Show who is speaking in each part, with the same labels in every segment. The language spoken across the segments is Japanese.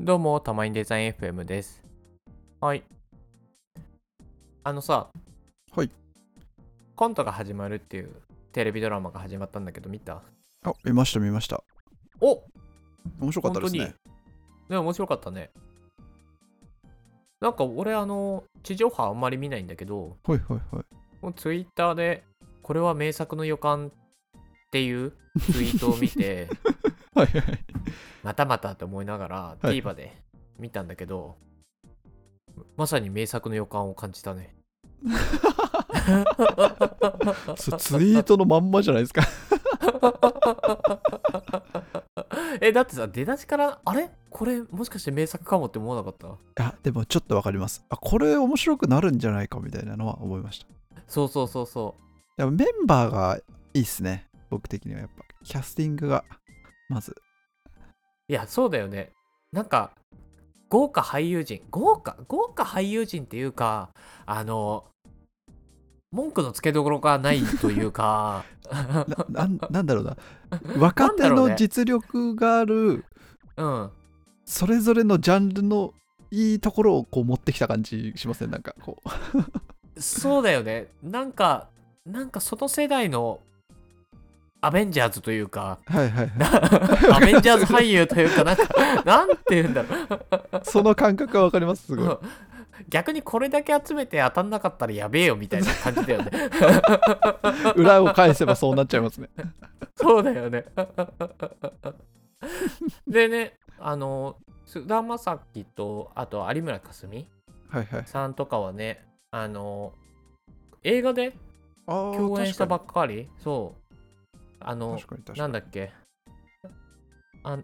Speaker 1: どうも、たまにデザイン FM です。はい。あのさ、
Speaker 2: はい。
Speaker 1: コントが始まるっていうテレビドラマが始まったんだけど、見た
Speaker 2: あ、見ました見ました。
Speaker 1: お
Speaker 2: 面白かったですね
Speaker 1: 本。でも面白かったね。なんか俺、あの、地上波あんまり見ないんだけど、
Speaker 2: はいはいはい。
Speaker 1: もうツイッターで、これは名作の予感っていうツイートを見 て、
Speaker 2: はいはい。
Speaker 1: またまたって思いながら、
Speaker 2: はい
Speaker 1: TVer で見たんだけど、まさに名作の予感を感じたね。
Speaker 2: それツイートのまんまじゃないですか。
Speaker 1: えだってさ出だしからあれこれもしかして名作かもって思わなかっ
Speaker 2: あ、でもちょっとわかります。あ、これ面白くなるんじゃないかみたいなのは思いました。
Speaker 1: たそうそうそうそ
Speaker 2: やっぱメンバーがいいっすね。僕的にはやっぱ。キャスティングが、まず。
Speaker 1: ういやそうだよねなんか豪華俳優陣豪華豪華俳優陣っていうかあの文句のつけどころがないというか
Speaker 2: ななんなんだろうな。若手
Speaker 1: なんだろう
Speaker 2: の
Speaker 1: ね
Speaker 2: 実力がある、
Speaker 1: うん
Speaker 2: それぞれのジャンルのいいところをこう持ってきた感じしません、なんかこ う。
Speaker 1: そうだよねなんかなんかその世代のアベンジャーズというか
Speaker 2: はいはいはい。
Speaker 1: アベンジャーズ俳優というかなんかなんて言うんだろう
Speaker 2: その感覚はわかります、すご い。
Speaker 1: うん逆にこれだけ集めて当たんなかったらやべえよみたいな感じだよね
Speaker 2: 裏を返せばそうなっちゃいますね。
Speaker 1: そうだよねでねあの菅田将暉とあと有村架純
Speaker 2: はいはい。
Speaker 1: さんとかはねあの映画で
Speaker 2: ああ
Speaker 1: 共演したばっかりそうあの
Speaker 2: 確かに確かに
Speaker 1: なんだっけあ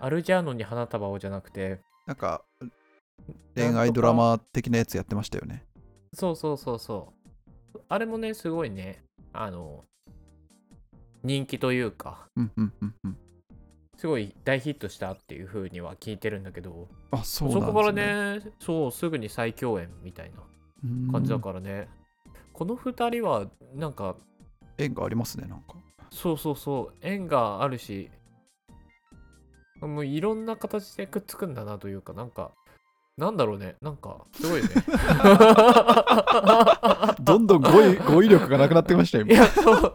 Speaker 1: アルジャーノンに花束をじゃなくて
Speaker 2: なんか恋愛ドラマ的なやつやってましたよね
Speaker 1: そうそうそうそうあれもねすごいねあの人気というか
Speaker 2: うんうんうんうん
Speaker 1: すごい大ヒットしたっていう風には聞いてるんだけど
Speaker 2: あそ
Speaker 1: そう
Speaker 2: なんです、ね、
Speaker 1: こからねそうすぐに再共演みたいな
Speaker 2: うん
Speaker 1: 感じだからね、この2人はなんか
Speaker 2: 縁がありますねなんか
Speaker 1: そうそうそう縁があるしもういろんな形でくっつくんだなというかなんかなんだろうねなんかすご いよね
Speaker 2: どんどん 語彙語彙力がなくなってきましたよ
Speaker 1: い
Speaker 2: 今
Speaker 1: やそう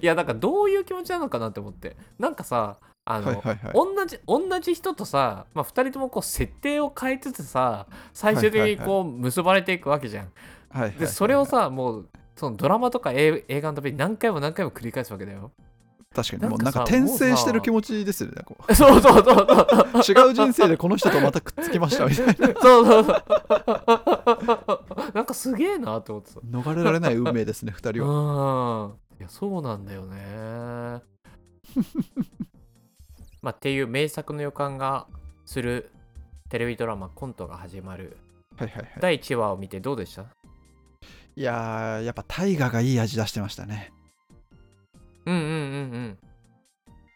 Speaker 1: いやなんかどういう気持ちなのかなって思ってなんかさあの、
Speaker 2: はいはいはい
Speaker 1: 同じ同じ人とさ、まあ、2人ともこう設定を変えつつさ最終的にこう結ばれていくわけじゃん。
Speaker 2: はいはいはい
Speaker 1: でそれをさもうそのドラマとか映映画のたびに何回も何回も繰り返すわけだよ。
Speaker 2: 確かにもう
Speaker 1: な
Speaker 2: なんん
Speaker 1: か
Speaker 2: か
Speaker 1: さ
Speaker 2: 転生してる気持ちですよねこ う
Speaker 1: そうそうそうそうそう
Speaker 2: 違う人生でこの人とまたくっつきましたみ たいな
Speaker 1: そうそう。なんかすげえなと思ってさ。
Speaker 2: 逃れられない運命ですね二人は
Speaker 1: うん。いやそうなんだよ ね。まあっていう名作の予感がするテレビドラマ「コントが始まる
Speaker 2: はいはいは」い
Speaker 1: 第1話を見てどうでした
Speaker 2: いやーやっぱ大河がいい味出してましたね
Speaker 1: うんうんうんうん。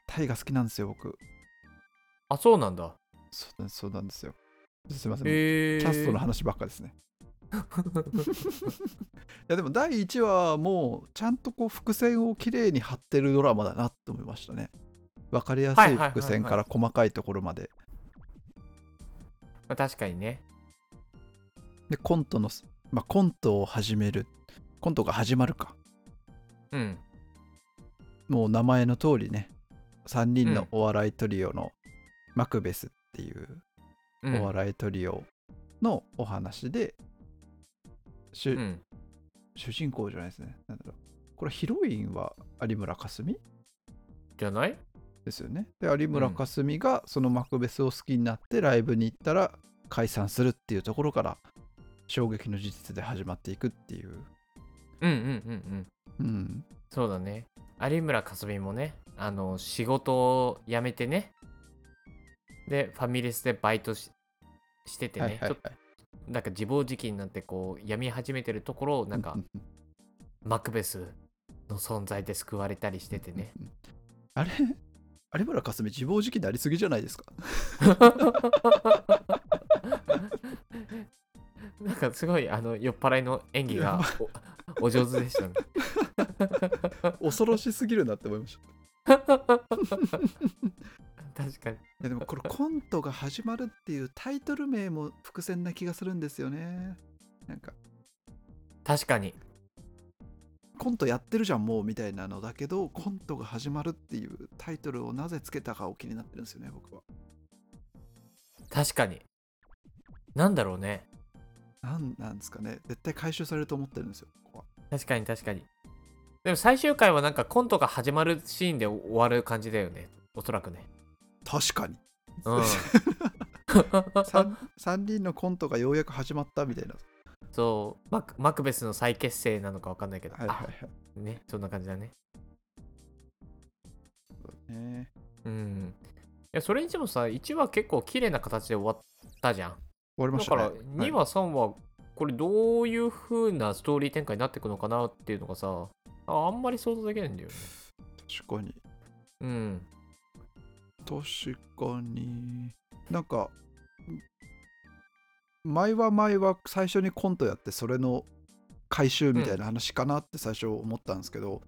Speaker 2: 大河好きなんですよ僕
Speaker 1: あ、そうなんだ。
Speaker 2: そうそうなんですよすいません
Speaker 1: へえ。
Speaker 2: キャストの話ばっかですね。いやでも第1話もちゃんとこう伏線をきれいに張ってるドラマだなって思いましたね。わかりやす
Speaker 1: はいはい
Speaker 2: い
Speaker 1: はいはい
Speaker 2: 伏線から細かいところまで。
Speaker 1: まあ、確かにね。
Speaker 2: でコントのす、まあ、コントを始めるコントが始まるか
Speaker 1: うん。
Speaker 2: もう名前の通りね3人
Speaker 1: うん
Speaker 2: のお笑いトリオのマクベスっていう
Speaker 1: うん
Speaker 2: お笑いトリオのお話で、しゅ
Speaker 1: うん。
Speaker 2: 主人公じゃないですねなんだろうこれヒロインは有村架純
Speaker 1: じゃない
Speaker 2: ですよね。で有村架純がそのマクベスを好きになってライブに行ったら解散するっていうところから衝撃の事実で始まっていくっていう。
Speaker 1: うんうんうんうん。
Speaker 2: うん、
Speaker 1: そうだね。有村架純もね、あの、仕事を辞めてね。で、ファミレスでバイトししててね、
Speaker 2: はいはい
Speaker 1: ち
Speaker 2: は
Speaker 1: ょっとなんか自暴自棄になってこう、病み始めてるところを、
Speaker 2: い。
Speaker 1: なんか、マクベスの存在で救われたりしててね。
Speaker 2: うんうん。あれ有村架純自暴自棄になりすぎじゃな いですか。
Speaker 1: なんかすごい、あの、酔っ払いの演技
Speaker 2: いや
Speaker 1: がおお上手でしたね。
Speaker 2: 恐ろしすぎるなって思いました。
Speaker 1: 確かに
Speaker 2: いやでもこれコントが始まるっていうタイトル名も伏線な気がするんですよねなんか
Speaker 1: 確かに
Speaker 2: コントやってるじゃんもうみたいなのだけどコントが始まるっていうタイトルをなぜつけたかを気になってるんですよね僕は
Speaker 1: 確かになんだろうね
Speaker 2: なんなんですかね絶対回収されると思ってるんですよここは
Speaker 1: 確かに確かにでも最終回はなんかコントが始まるシーンで終わる感じだよねおそらくね
Speaker 2: 確かに
Speaker 1: うん
Speaker 2: 3, 人のコントがようやく始まったみたいな
Speaker 1: そうマクマクベスの再結成なのかわかんないけど、
Speaker 2: はいはいはい
Speaker 1: あねそんな感じだね
Speaker 2: そうね
Speaker 1: うんいやそれにしてもさ1話結構綺麗な形で終わったじゃん
Speaker 2: 終わりま
Speaker 1: だ
Speaker 2: し
Speaker 1: か
Speaker 2: たね
Speaker 1: ら2話3話これどういう風なストーリー展開になっていくのかなっていうのがさああんまり想像できないんだよね
Speaker 2: 確かに
Speaker 1: うん
Speaker 2: 確かになんか前は前は最初にコントやってそれの回収みたいな話かなって最初思ったんですけど、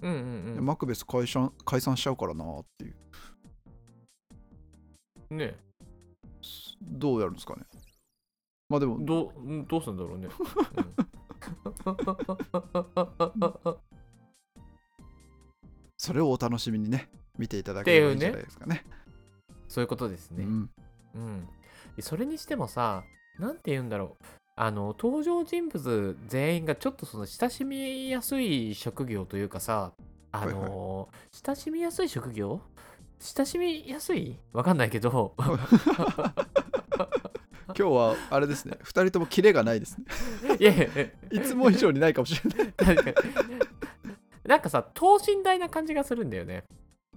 Speaker 1: うんうん
Speaker 2: マクベス解散解散しちゃうからなっていう
Speaker 1: うんね
Speaker 2: どうやるんですかねまあでも
Speaker 1: どうんどうすんだろう ね、うん
Speaker 2: それをお楽しみにね見ていただければいいんじゃないですかね
Speaker 1: そういうことですね、
Speaker 2: うん、
Speaker 1: うん、それにしてもさ何て言うんだろうあの登場人物全員がちょっとその親しみやすい職業というかさあの親しみやすい職業親しみやすいわかんないけ ど
Speaker 2: 今日はあれですね2人ともキレがな いですね
Speaker 1: いやいやいや
Speaker 2: いつも以上にないかもし れない
Speaker 1: 確かになんかさ等身大な感じがするんだよね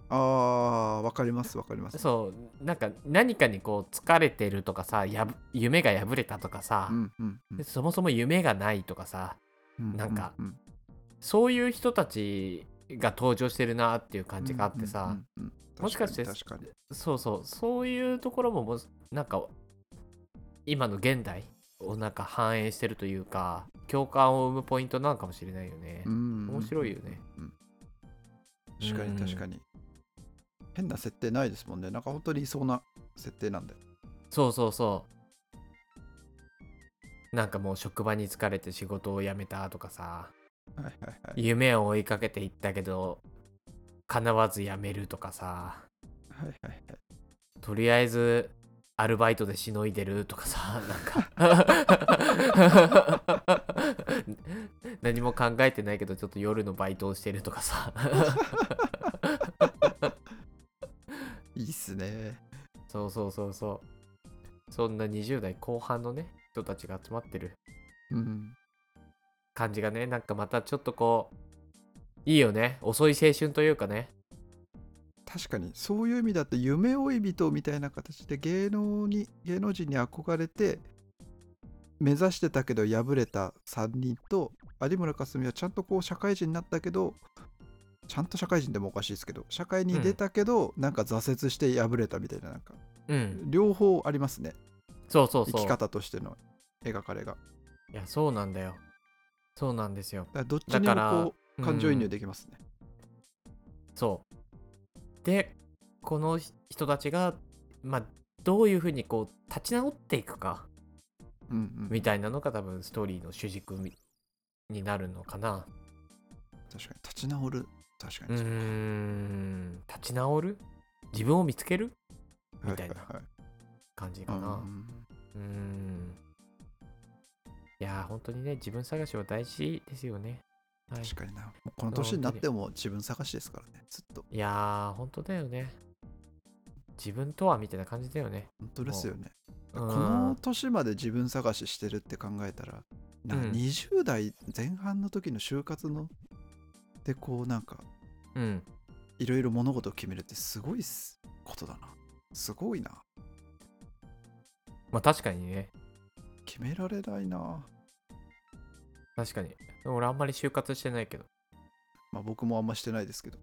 Speaker 2: あーわかりますわかります
Speaker 1: そうなんか何かにこう疲れてるとかさやぶ夢が破れたとかさ、
Speaker 2: うんうんう
Speaker 1: でそもそも夢がないとかさ
Speaker 2: ん
Speaker 1: なんか
Speaker 2: うんうん
Speaker 1: そういう人たちが登場してるなっていう感じがあってさ、
Speaker 2: うんうんうん
Speaker 1: もしかして
Speaker 2: 確かに確か
Speaker 1: そうそうそういうところももうなんか今の現代をなんか反映してるというか共感を生むポイントなのかもしれないよね、
Speaker 2: にうん
Speaker 1: 面白いよね、
Speaker 2: うん確か
Speaker 1: うん
Speaker 2: に確かに、変な設定ないですもんねなんか本当にいそうな設定なんで
Speaker 1: そうそうそうなんかもう職場に疲れて仕事を辞めたとかさ
Speaker 2: はいはいはい
Speaker 1: 夢を追いかけていったけど叶わず辞めるとかさ
Speaker 2: はいはいはい
Speaker 1: とりあえずアルバイトでしのいでるとかさ なんか 何も考えてないけどちょっと夜のバイトをしてるとかさ
Speaker 2: いいっすね
Speaker 1: そうそうそうそうそんな20代後半のね人たちが集まってる
Speaker 2: うん
Speaker 1: 感じがねなんかまたちょっとこういいよね遅い青春というかね
Speaker 2: 確かにそういう意味だって夢追い人みたいな形で芸能に芸能人に憧れて目指してたけど敗れた3人と有村架純はちゃんとこう社会人になったけどちゃんと社会人でもおかしいですけど社会に出たけど、なんか挫折して敗れたみたいななんか
Speaker 1: うん
Speaker 2: 両方ありますね
Speaker 1: そうそう
Speaker 2: 生
Speaker 1: そう
Speaker 2: き方としての描かれがだか
Speaker 1: いやそうなんだよそうなんですよ
Speaker 2: らどっち
Speaker 1: だ
Speaker 2: に
Speaker 1: から
Speaker 2: もこう感情移
Speaker 1: うん
Speaker 2: 入できますね、
Speaker 1: そう。で、この人たちが、まあ、どういうふうにこう立ち直っていくか
Speaker 2: うんうん
Speaker 1: みたいなのが多分ストーリーの主軸みになるのかな。
Speaker 2: 確かに立ち直る確か
Speaker 1: う
Speaker 2: に
Speaker 1: ー
Speaker 2: そう、
Speaker 1: ん、立ち直る自分を見つける
Speaker 2: は
Speaker 1: みたいな
Speaker 2: はは
Speaker 1: 感じか
Speaker 2: うん
Speaker 1: な
Speaker 2: う。ん
Speaker 1: うーん。いやー、本当にね、自分探しは大事ですよね。はい、
Speaker 2: 確かにな、もうこの年になっても自分探しですからねずっと
Speaker 1: いやー、本当だよね。自分とはみたいな感じだよね。
Speaker 2: 本当ですよね
Speaker 1: こ
Speaker 2: この年まで自分探ししてるって考えたらな
Speaker 1: うん
Speaker 2: 20代前半の時の就活のでこうなんか
Speaker 1: うん、
Speaker 2: いろいろ物事を決めるってすごいっすことだなすごいな
Speaker 1: まあ確かにね。
Speaker 2: 決められないな
Speaker 1: 確かに。俺あんまり就活してないけ ど。
Speaker 2: まあ僕もあんましてないですけど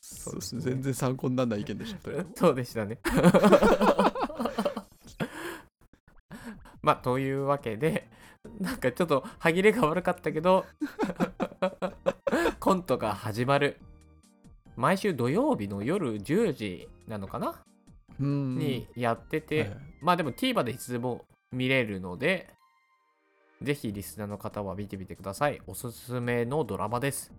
Speaker 2: そうですね全然参考にならない意見でした
Speaker 1: そうでしたね。 まあというわけでなんかちょっと歯切れが悪かったけど コントが始まる毎週土曜日の夜10時なのかな、
Speaker 2: うん
Speaker 1: にやってて、
Speaker 2: はい
Speaker 1: まあでも TVer でいつでも見れるのでぜひリスナーの方は見てみてくださいおすすめのドラマです